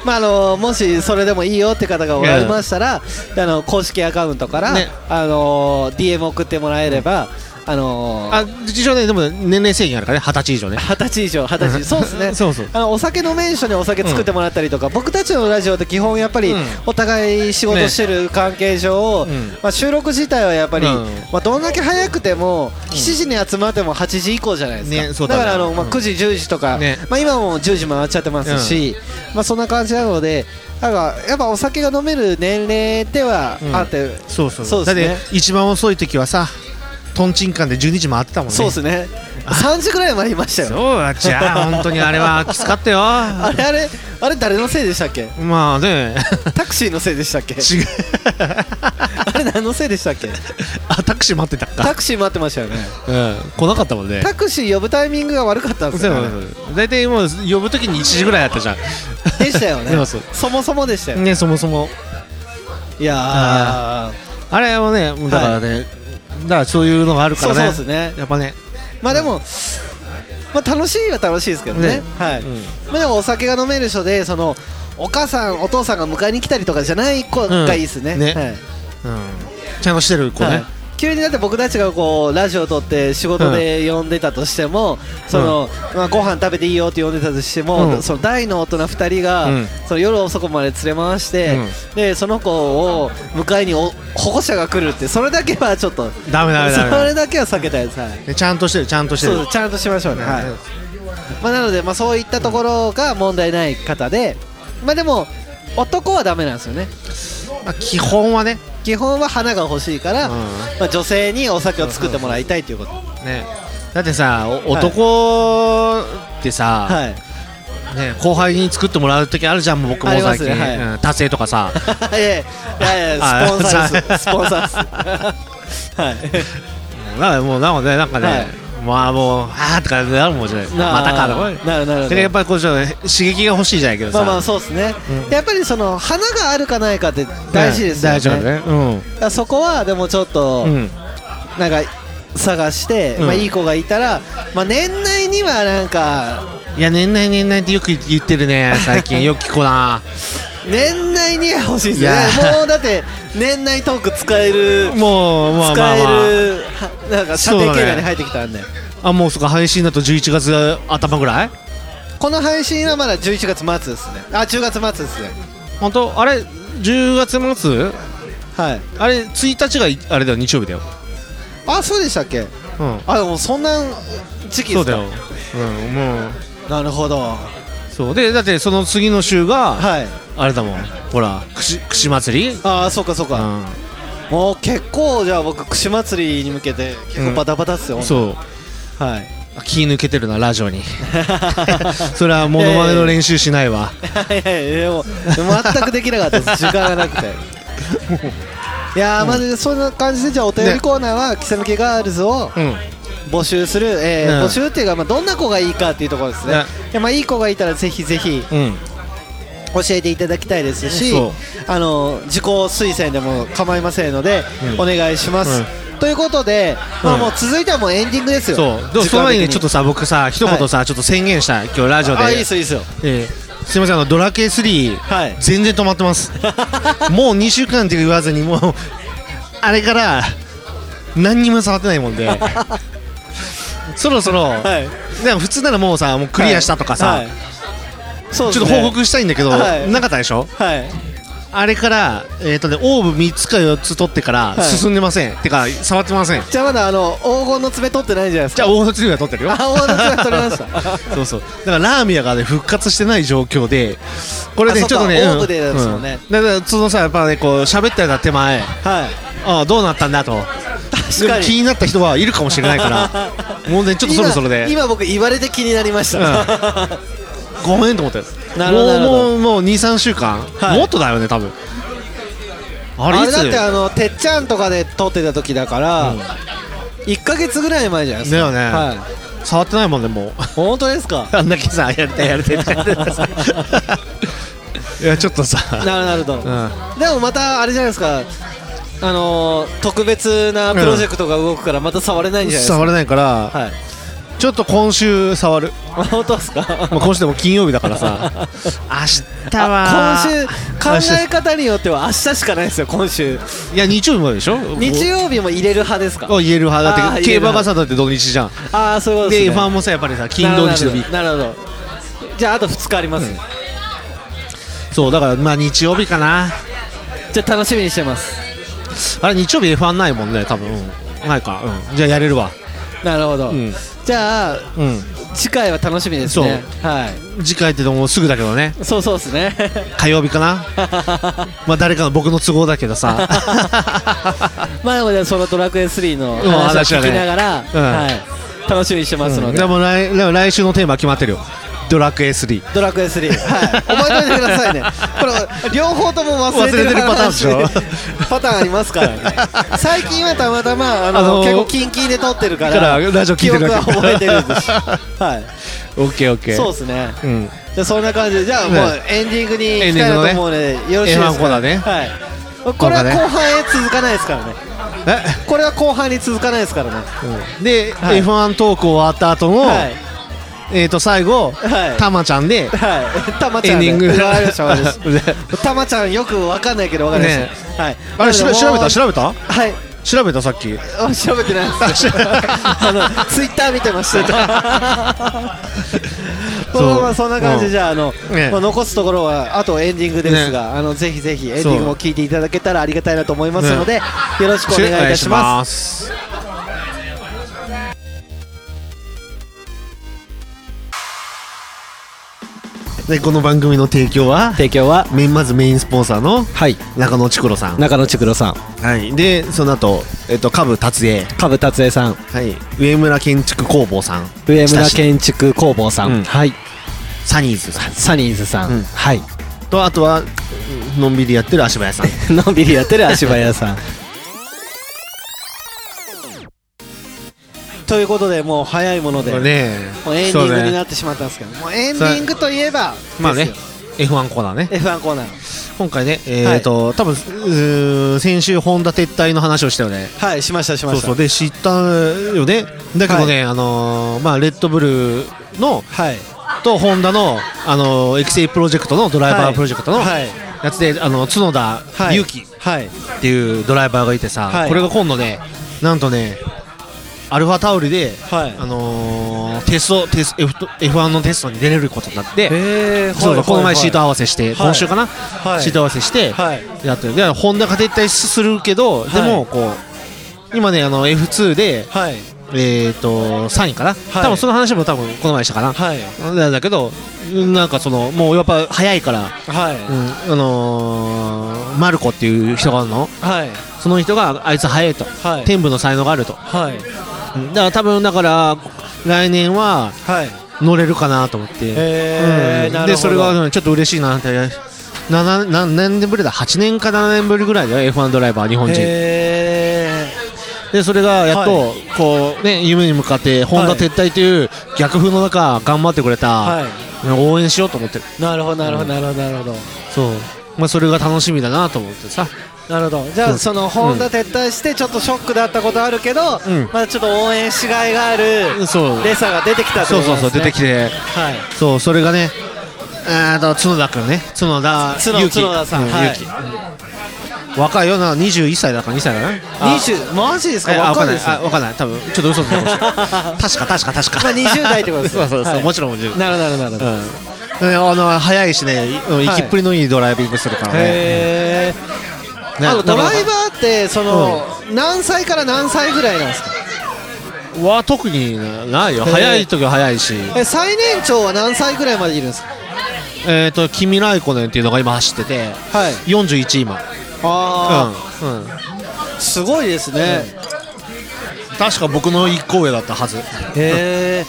まああのもしそれでもいいよって方がおられましたら、あの公式アカウントから、ねあの DM 送ってもらえれば、あのあ一応ねでも年齢制限あるからね二十歳以上ね二十歳以上二十歳そうですね そうそうあのお酒の名所にお酒作ってもらったりとか、僕たちのラジオって基本やっぱり、うんお互い仕事してる関係上、うんまあ、収録自体はやっぱり、うんまあ、どんだけ早くても、7時に集まっても8時以降じゃないですか、ねそうだだかねらあの、まあ、うん9時10時とか、ねまあ、今も10時回っちゃってますし、まあ、そんな感じなのでなんかやっぱお酒が飲める年齢ではうんあって、そうそうそうですねだって一番遅い時はさとんちんかんで12時回ってたもんねそうですね3時ぐらいまでいましたよそうだじゃあ本当にあれはきつかったよあれあれあれ誰のせいでしたっけまあねタクシーのせいでしたっけ 違うあれ何のせいでしたっけあタクシー待ってたタか、クシー待ってましたよねうん、来なかったもんねタクシー呼ぶタイミングが悪かったんですそうよそうねそう大体もう呼ぶときに1時ぐらいだったじゃでしたよねそうそうそもそもでしたよんねそもそもいやーあれはねだからね、だからそういうのがあるかそうらそうねですねやっぱねまあでもまあ楽しいは楽しいですけどねねはいうんまあでもお酒が飲める人でそのお母さんお父さんが迎えに来たりとかじゃない子がいいですねうんねはいうんちゃんとしてる子はねい、急にだって僕たちがこうラジオを撮って仕事で呼んでたとしても、そのまあ、ご飯食べていいよって呼んでたとしても、うんその大の大人2人が、うんその夜遅くまで連れ回して、でその子を迎えにお保護者が来るってそれだけはちょっとダメダメダメそれだけは避けたいです、はいねちゃんとしてるちゃんとしてそうるそうちゃんとしましょうね、はいまあ、なので、まあ、そういったところが問題ない方で、まあ、でも男はダメなんですよねまあ、基本はね基本は花が欲しいから、うんまあ、女性にお酒を作ってもらいたいということねだってさお男ってさ、はい ね、後輩に作ってもらう時あるじゃんもう僕もありま最す近、ねはいうん達成とかさ いやいやいやあスポンサ ーですスあポンサー ですはいなんかもうなんかねなんかね、はいまあもうあーとかなるもんじゃないなまたかとかねなるなるなでやっるぱりこうちょっと刺激が欲しいじゃないけどさまあまあそうですね、うんやっぱりその花があるかないかってね大事ですよね大事だねだからそこはでもちょっと、うん、うん、なんか探して、うんまあ、いい子がいたら、まあ、年内にはなんかいや年内年内ってよく言って るね最近よく聞こうな年内には欲しいですいねやもうだって年内トーク使えるもうまあま使あえる、まあはなんか射程圏内に入ってきたんで、あもうそっか配信だと11月頭ぐらいこの配信はまだ11月末ですねあ10月末ですね本当あれ10月末はいあれ1日がいあれだよ日曜日だよあそうでしたっけうんあでもそんな時期そですうだかようんもうなるほどはそうでだってその次の週が、いあれだもんほら串串祭りああそうかそううか、もう結構じゃあ僕串祭りに向けて結構バタバタっすよ、んそうはい気抜けてるなラジオ にそれはモノマネの練習しないわいやいやいやもう全くできなかったです時間がな くていやーまずそんな感じでじゃあお便りコーナーは「キセムケガールズ」をうん募集する、えーうん募集っていうか、まあ、どんな子がいいかっていうところですねねでまあ、いい子がいたらぜひぜひうん教えていただきたいですしそうあの自己推薦でも構いませんので、うんお願いします、ということで、まあ、うんもう続いてはもうエンディングですよそうでも時その間的前にねちょっとさ僕さ一言さ、ちょっと宣言したい今日ラジオであいいですいいですよえーすいませんあのドラケイ3、はい全然止まって ますもう2週間って言わずにもうあれから何にも触ってない もんでそろそろ、はいなんか普通ならもうさもうクリアしたとかさ、はいそうでちすょっねと報告したいんだけど、はいなかったでしょはいあれから、えーとね、オーブ3つか4つ取ってからはい進んでません、てか触ってませんじゃあまだあの黄金の爪取ってないんじゃないですじかゃあ黄金のは取ってるよあ 黄金の爪取れました そうそうだからラーミアがね復活してない状況でこれあねそっちかょっとねオーうんブでですもんねうんだからそのさやっぱねこう喋ってた手前はいああどうなったんだと確かに気になった人はいるかもしれないから もうねちょっとそろそろで、今今僕言われて気になりました、ごめんと思ったよなるほどなるほどもうもうもう23週間、はいもっとだよね多分あれあいれつだってあのてっちゃんとかで撮ってた時だから、一1か月ぐらい前じゃないですだかよねはい、触ってないもんねもう本当ですか あんだけさやりたいや りたいって言ってたさいやちょっとさなるなると、うでもまたあれじゃないですかあのー特別なプロジェクトが動くからまた触れないんじゃないですか、触れないから、はいちょっと今週触る、本当ですかまあ、今週でも金曜日だからさ明日はあ今週考え方によっては明日しかないですよ今週えいや日曜日もでしょ日曜日も入れる派ですかを言える派だっあー言てえ競る馬が派さだって土日じゃんああそういうことですでねファンもさやっぱりさ金土日の日なるほどなるほどじゃああと2日あります、そうだからまあ日曜日かなじゃあ楽しみにしてますあれ日曜日 F1 ないもんね多分、うんないか、うん、じゃあやれるわなるほど、うんじゃあうん次回は楽しみですねはい次回ってもうすぐだけどねそうそうです ね火曜日かなまあ誰かの僕の都合だけどさまあでもねその「ドラクエ3」のうん話を聞きながら、話ははねい、楽しみにしてますので、でも来来週のテーマ決まってるよドラクエ3ドラクエ3、はい、 覚えておいてくださいね、これ、両方とも忘れてる忘れてるパターンでしょ話パターンありますからね、最近はたまたま、あのあのー結構、キンキンで撮ってるか、だかららラジオ聞いてる記わ憶はけ覚えてるん です、はい、オッケーオッケーそうですね、うんじゃあそんな感じで、じゃあもうねエンディングに行きたいなと思うので、よろしいです F1 コーナか、ーねはい、これは後半へ続かないですからね、えこれは後半に続かないですからね、で、はい F1 トーク終わった後の、はい、えーと最後、はいたまちゃんはでい、たまちエゃンんデでィング わかりましたわかりましたでたまちゃんよくわかんないけどわかりました、はいあれしら調べたべ調べたたはい調べたさっ きあ調べてないです あのツイッター見てました このままそんな感じでじゃああの、ねまあ、残すところはあとエンディングですが、あのぜひぜひエンディングも聞いていただけたらありがたいなと思いますので、よろしくお願いいたしますすでこの番組の提供は提供はメインまずメインスポンサーのはい中野ちくろさん、中野ちくろさんはい、でその後、えっと下部達也、株達也さんはい、上村建築工房さん上村親しい建築工房さん、うんはいサニーズさんサニーズさん、うんはいとあとはのんびりやってる 足早さんのんびりやってる足早 さんということでもう早いもので、ねもうエンディングになってしまったんですけど、もうエンディングといえばまあねですよ F1 コーナーね F1 コーナー今回ねえっ、と、多分うー先週本田撤退の話をしたよねはいしましたしまそうしたそうで知ったよねだけどね、あのーまあレッドブルのはいとホンダのあのー育成プロジェクトのドライバープロジェクトのはいやつで、あの角田はい裕樹はいっていうドライバーがいてさ、はいこれが今度ねなんとねアルファタオルで、はいあのーテストテス F F1 のテストに出れることになっへて、えそうそうこの前シート合わせして、い今週かな、はいシート合わせして、はいやってるでホンダが撤退するけど、ではもいこう今ねあの F2 で、はいえー、と3位かな、多分その話も多分この前したかな、はいだけどなんかそのもうやっぱ早いから、はいうんあのーマルコっていう人があるのはいその人があいつ早いと、はい天部の才能があると、はいうんだから多分だから来年ははい乗れるかなと思って、へーうなるんほどでそれがうんちょっと嬉しいなって7何何年ぶりだ8年か7年ぶりぐらいだよ F1 ドライバー日本人へーでそれがやっと、はこうね夢に向かってホンダ撤退という逆風の中頑張ってくれた、は応援しようと思ってるいなるほどなるほどなるほどなるほどそう、まあ、それが楽しみだなと思ってさなるほどじゃうあんそのホンダ撤退してちょっとショックだったことあるけど、うんまだちょっと応援しがいがあるそうレーサーが出てきたってそこうとそなうんそでうす出ねてきてはいそうそれがねあーと角田君ね角田角勇気角田さんうはい勇気若いよな21歳だから2歳だなあ20マジですかえあわ若かいでんないすあわかんない多分ちょっと嘘ついてほしい 確か確か確かまあ20代ってことです そねうそうそう、はいもちろんもちろんなるほどなるほどなるほど、うんね、あの早いしね、うんは行いきっぷりのいいドライビングするからね。へえねあのドライバなーってその、何歳から何歳ぐらいなんですかんかは特にないよ、へー早い時は早いし、え最年長は何歳ぐらいまでいるんですかえっと君ライコネンっていうのが今走ってて、はい41今、あうんうん、あ、すごいですね、確か僕の1個上だったはず、へえ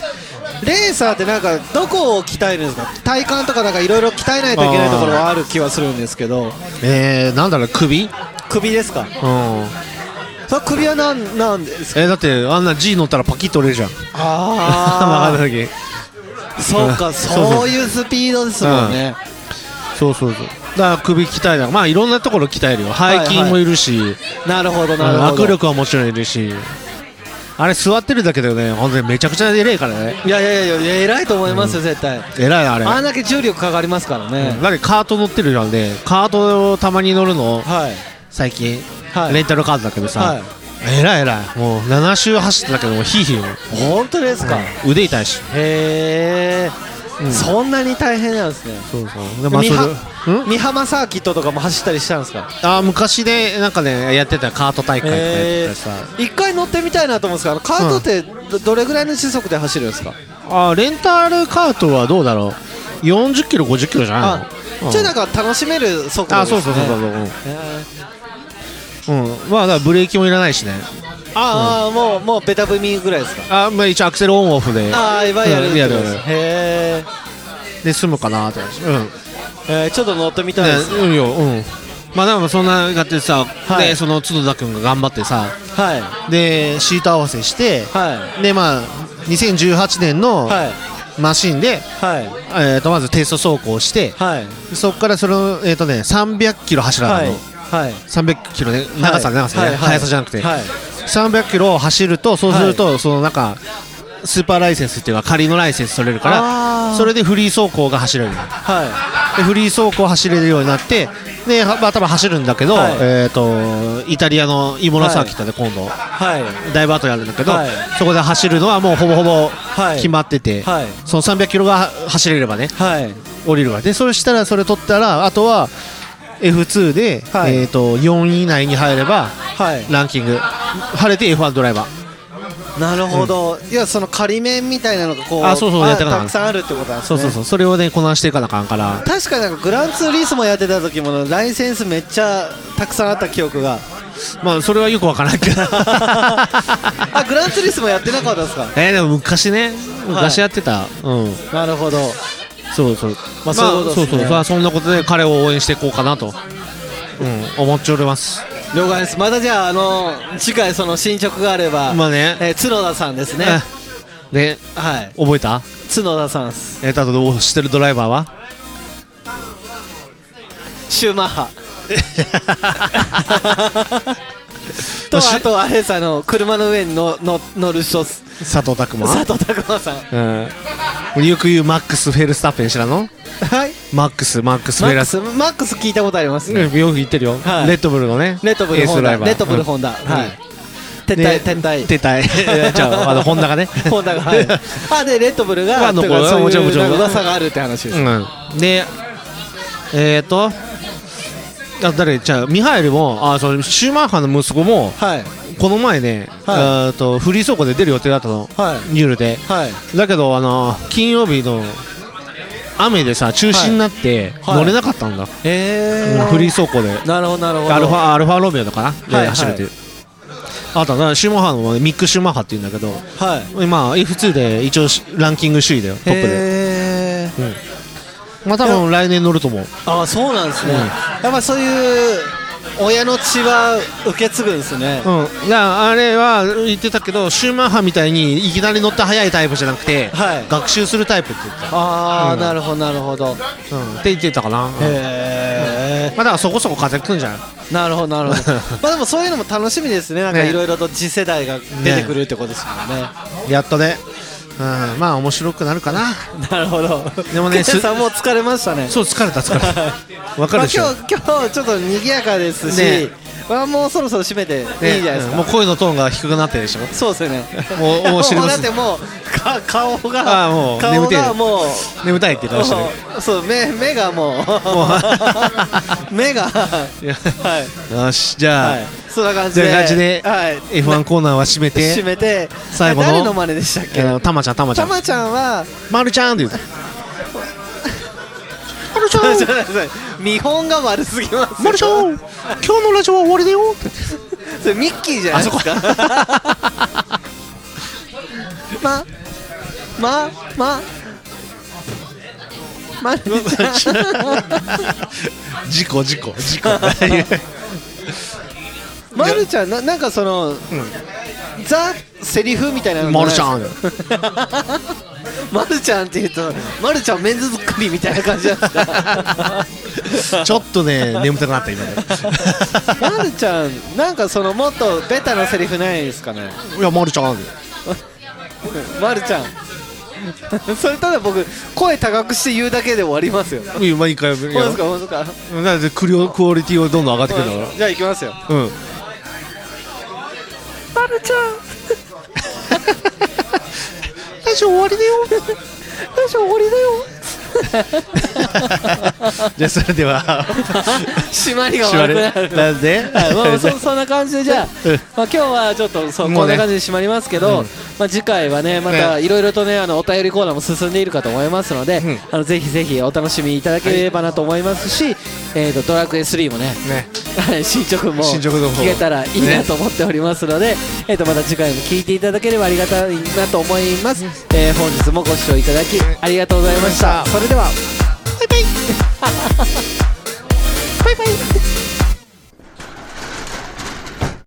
レーサーってなんかどこを鍛えるんですか体幹とかなんかいろいろ鍛えないといけないところはある気はするんですけどえー、なんだろう、首、うん首ですかその首はなんなんですかえーだってあんな G 乗ったらパキッと折れるじゃん、 曲あがる 時あそうかそうそうそういうスピードですもんね、そうそうそう、だから首鍛えなまあいろんなところ鍛えるよ、背筋もいるし。なるほどなるほど握力はもちろんいるしあれ座ってるだけでね本当にめちゃくちゃ偉いからねいやいやいやいや偉いと思いますよ絶対、偉いなあれあんだけ重力かかりますからね、だってカート乗ってるじゃんねカートをたまに乗るのはい最近、はいレンタルカートだけどさ、はい偉い偉いもう7周走ってたけどもうヒーヒーよ本当ですか、へ腕痛いしえ、そんなに大変なんですねそうそうでまあ三それはん三浜サーキットとかも走ったりしたんですかあー昔でなんかねやってたカート大会とかやってたさ、一回乗ってみたいなと思うんですけどあのカートってどどれぐらいの時速で走るんですか、あーレンタルカートはどうだろう40キロ50キロじゃないあのじゃあうんなんか楽しめる速度あです、ね、そうそうそうそうそう、うへんーうん、まあだからブレーキもいらないしねあー、あーもうもうベタ踏みぐらいですかあ、まあ、一応アクセルオンオフでああいわゆるうんやるやるへで済むかなって感じうんえちょっと乗ってみたいです、ねうんようんまあでもそんなやってさ、はいでその角田君が頑張ってさはいでシート合わせして、はでまあ2018年いのはいマシンで、はいえー、とまずテスト走行してはいそこからそのえっ、とね300キロ走らなはいいの、はい300キロね長さね長さね、はいはい速さじゃなくて、はい300キロを走るとそうすると、そのなんかスーパーライセンスっていうか仮のライセンス取れるからあーそれでフリー走行が走れるはでフリー走行走れるようになってで、はまあ、多分走るんだけど、はいえー、とイタリアのイモラサーキットで今度、いはいダイバートやるんだけど、はいそこで走るのはもうほぼほぼはい決まってて、はいその300キロが走れればねはい降りるからでそれしたらそれ取ったらあとは F2 で、はいえー、と4位以内に入ればはいランキング晴れて F1 ドライバーなるほど、いやその仮面みたいなのがこうあそうそうやってたからたくさんあるってことなんですねそうそうそうそれをねこなしていかなあかんから確かになんかグランツーリスモやってた時もライセンスめっちゃたくさんあった記憶 がまあそれはよくわから んけどあグランツーリスモやってなかったですかえーでも昔ね昔やってた、うんなるほどそうそうままあそういうことそでうすそねうまあそんなことで彼を応援していこうかなと、うん、思っております了解ですまたじゃあ、あの次回その進捗があれば、まあねえー角田さんですね、うんねはい覚えた角田さんですえー、あとどうしてるドライバーはシューマッ ハとあとあれですあの車の上にのの乗る人っす佐藤拓磨佐藤拓磨さんうん、よく言うマックス・フェルスタッペン知らんのはいマックスマックス・マフェッラクススマックス聞いたことありますね、うんよく言ってるよ、はいレッドブルのねレッドブエルースホドンラダイバーレッドブルホンンダ、はい撤ね退撤退撤退 じゃああのホンダがねホンダが、 はい、あでレッドブルまあがと残かるそうもちろんもいうちろなんんか噂があるって話です、うんでえっ、ー、とあ誰じゃあミハエルもあそうシューマッハの息子もはいこの前ね、はえーとフリー走行で出る予定だったの、はいニュールではいだけどあの金曜日の雨でさ中止になって、はい乗れなかったんだ、えうんフリー走行でなるほどなるほどアルファアルファロメオのかな、ではい走れてる、あとはなシューマッハのミック・シューマッハって言うんだけどはい今 F2 で一応ランキング首位だよトップでへーまあ多分来年乗ると思うああそうなんですね、うんやっぱそういう親の血は受け継ぐんですね、うん、いやあれは言ってたけどシューマッハみたいにいきなり乗って速いタイプじゃなくて、はい学習するタイプって言ってた、ああ、うんなるほどなるほどうん、って言ってたかな、まへえあ、だからそこそこ活躍するんじゃないなるほどなるほ どまあでもそういうのも楽しみですねなんかねいろいろと次世代が出てくるってことですもんねやっとね、うん、まあ面白くなるか ななるほどでもねケンさんもう疲れましたねそう疲れた疲れた わかるでしょ、まあ、今 日今日ちょっと賑やかですし、ねまあ、もうそろそろ締めていいじゃないですか、うんもう声のトーンが低くなってるでしょそうですよねもういやもう知りまだすってもうか顔があーもう顔眠てがるもう眠たいって言ってましたねそう目目がもうう 目がいやはいよしじゃあ、はいそんな感じじゃであ感じで、はい F1 コーナーは閉めて締めて最後の誰の真似でしたっけ、えーたまちゃんたまちゃたんまちゃんはまるちゃんって言うてまる ちちょっとゃん待ってください見本が悪すぎますまるち ゃん今日のラジオは終わりだよってそれミッキーじゃないですか ままままるちゃん 事故事故事故うまるちゃんななんかその、ザセリフみたいなのんないまるちゃんまるちゃんって言うとまるちゃんメンズ作りみたいな感じなんです かちょっとね眠たくなった今ね まるちゃんなんかそのもっとベタなセリフないですかねいやまるちゃんまるちゃん それただ僕声高くして言うだけで終わりますようん毎回本当ですか本当ですかなんでクリオクオリティをどんどん上がってくるんだからじゃあ行きますようん。 まるちゃん 大丈夫終わりだよ。大丈夫終わりだよじゃあそれでは 締まりが締ま悪くな る。るな んで？はいまあ、そそんな感じでじゃあうん、まあ、今日はちょっとそう、もこうんねな感じで締まりますけど、うんまあ、次回はねまたいろいろとねあのお便りコーナーも進んでいるかと思いますので、うんあのぜひぜひお楽しみいただければなと思いますし、えー、とドラクエ3もね ね。はい進捗も進捗の方聞けたらいいなと思っておりますので、えー、とまた次回も聞いていただければありがたいなと思います、えー本日もご視聴いただきありがとうございましたそれではバイバイバイバイ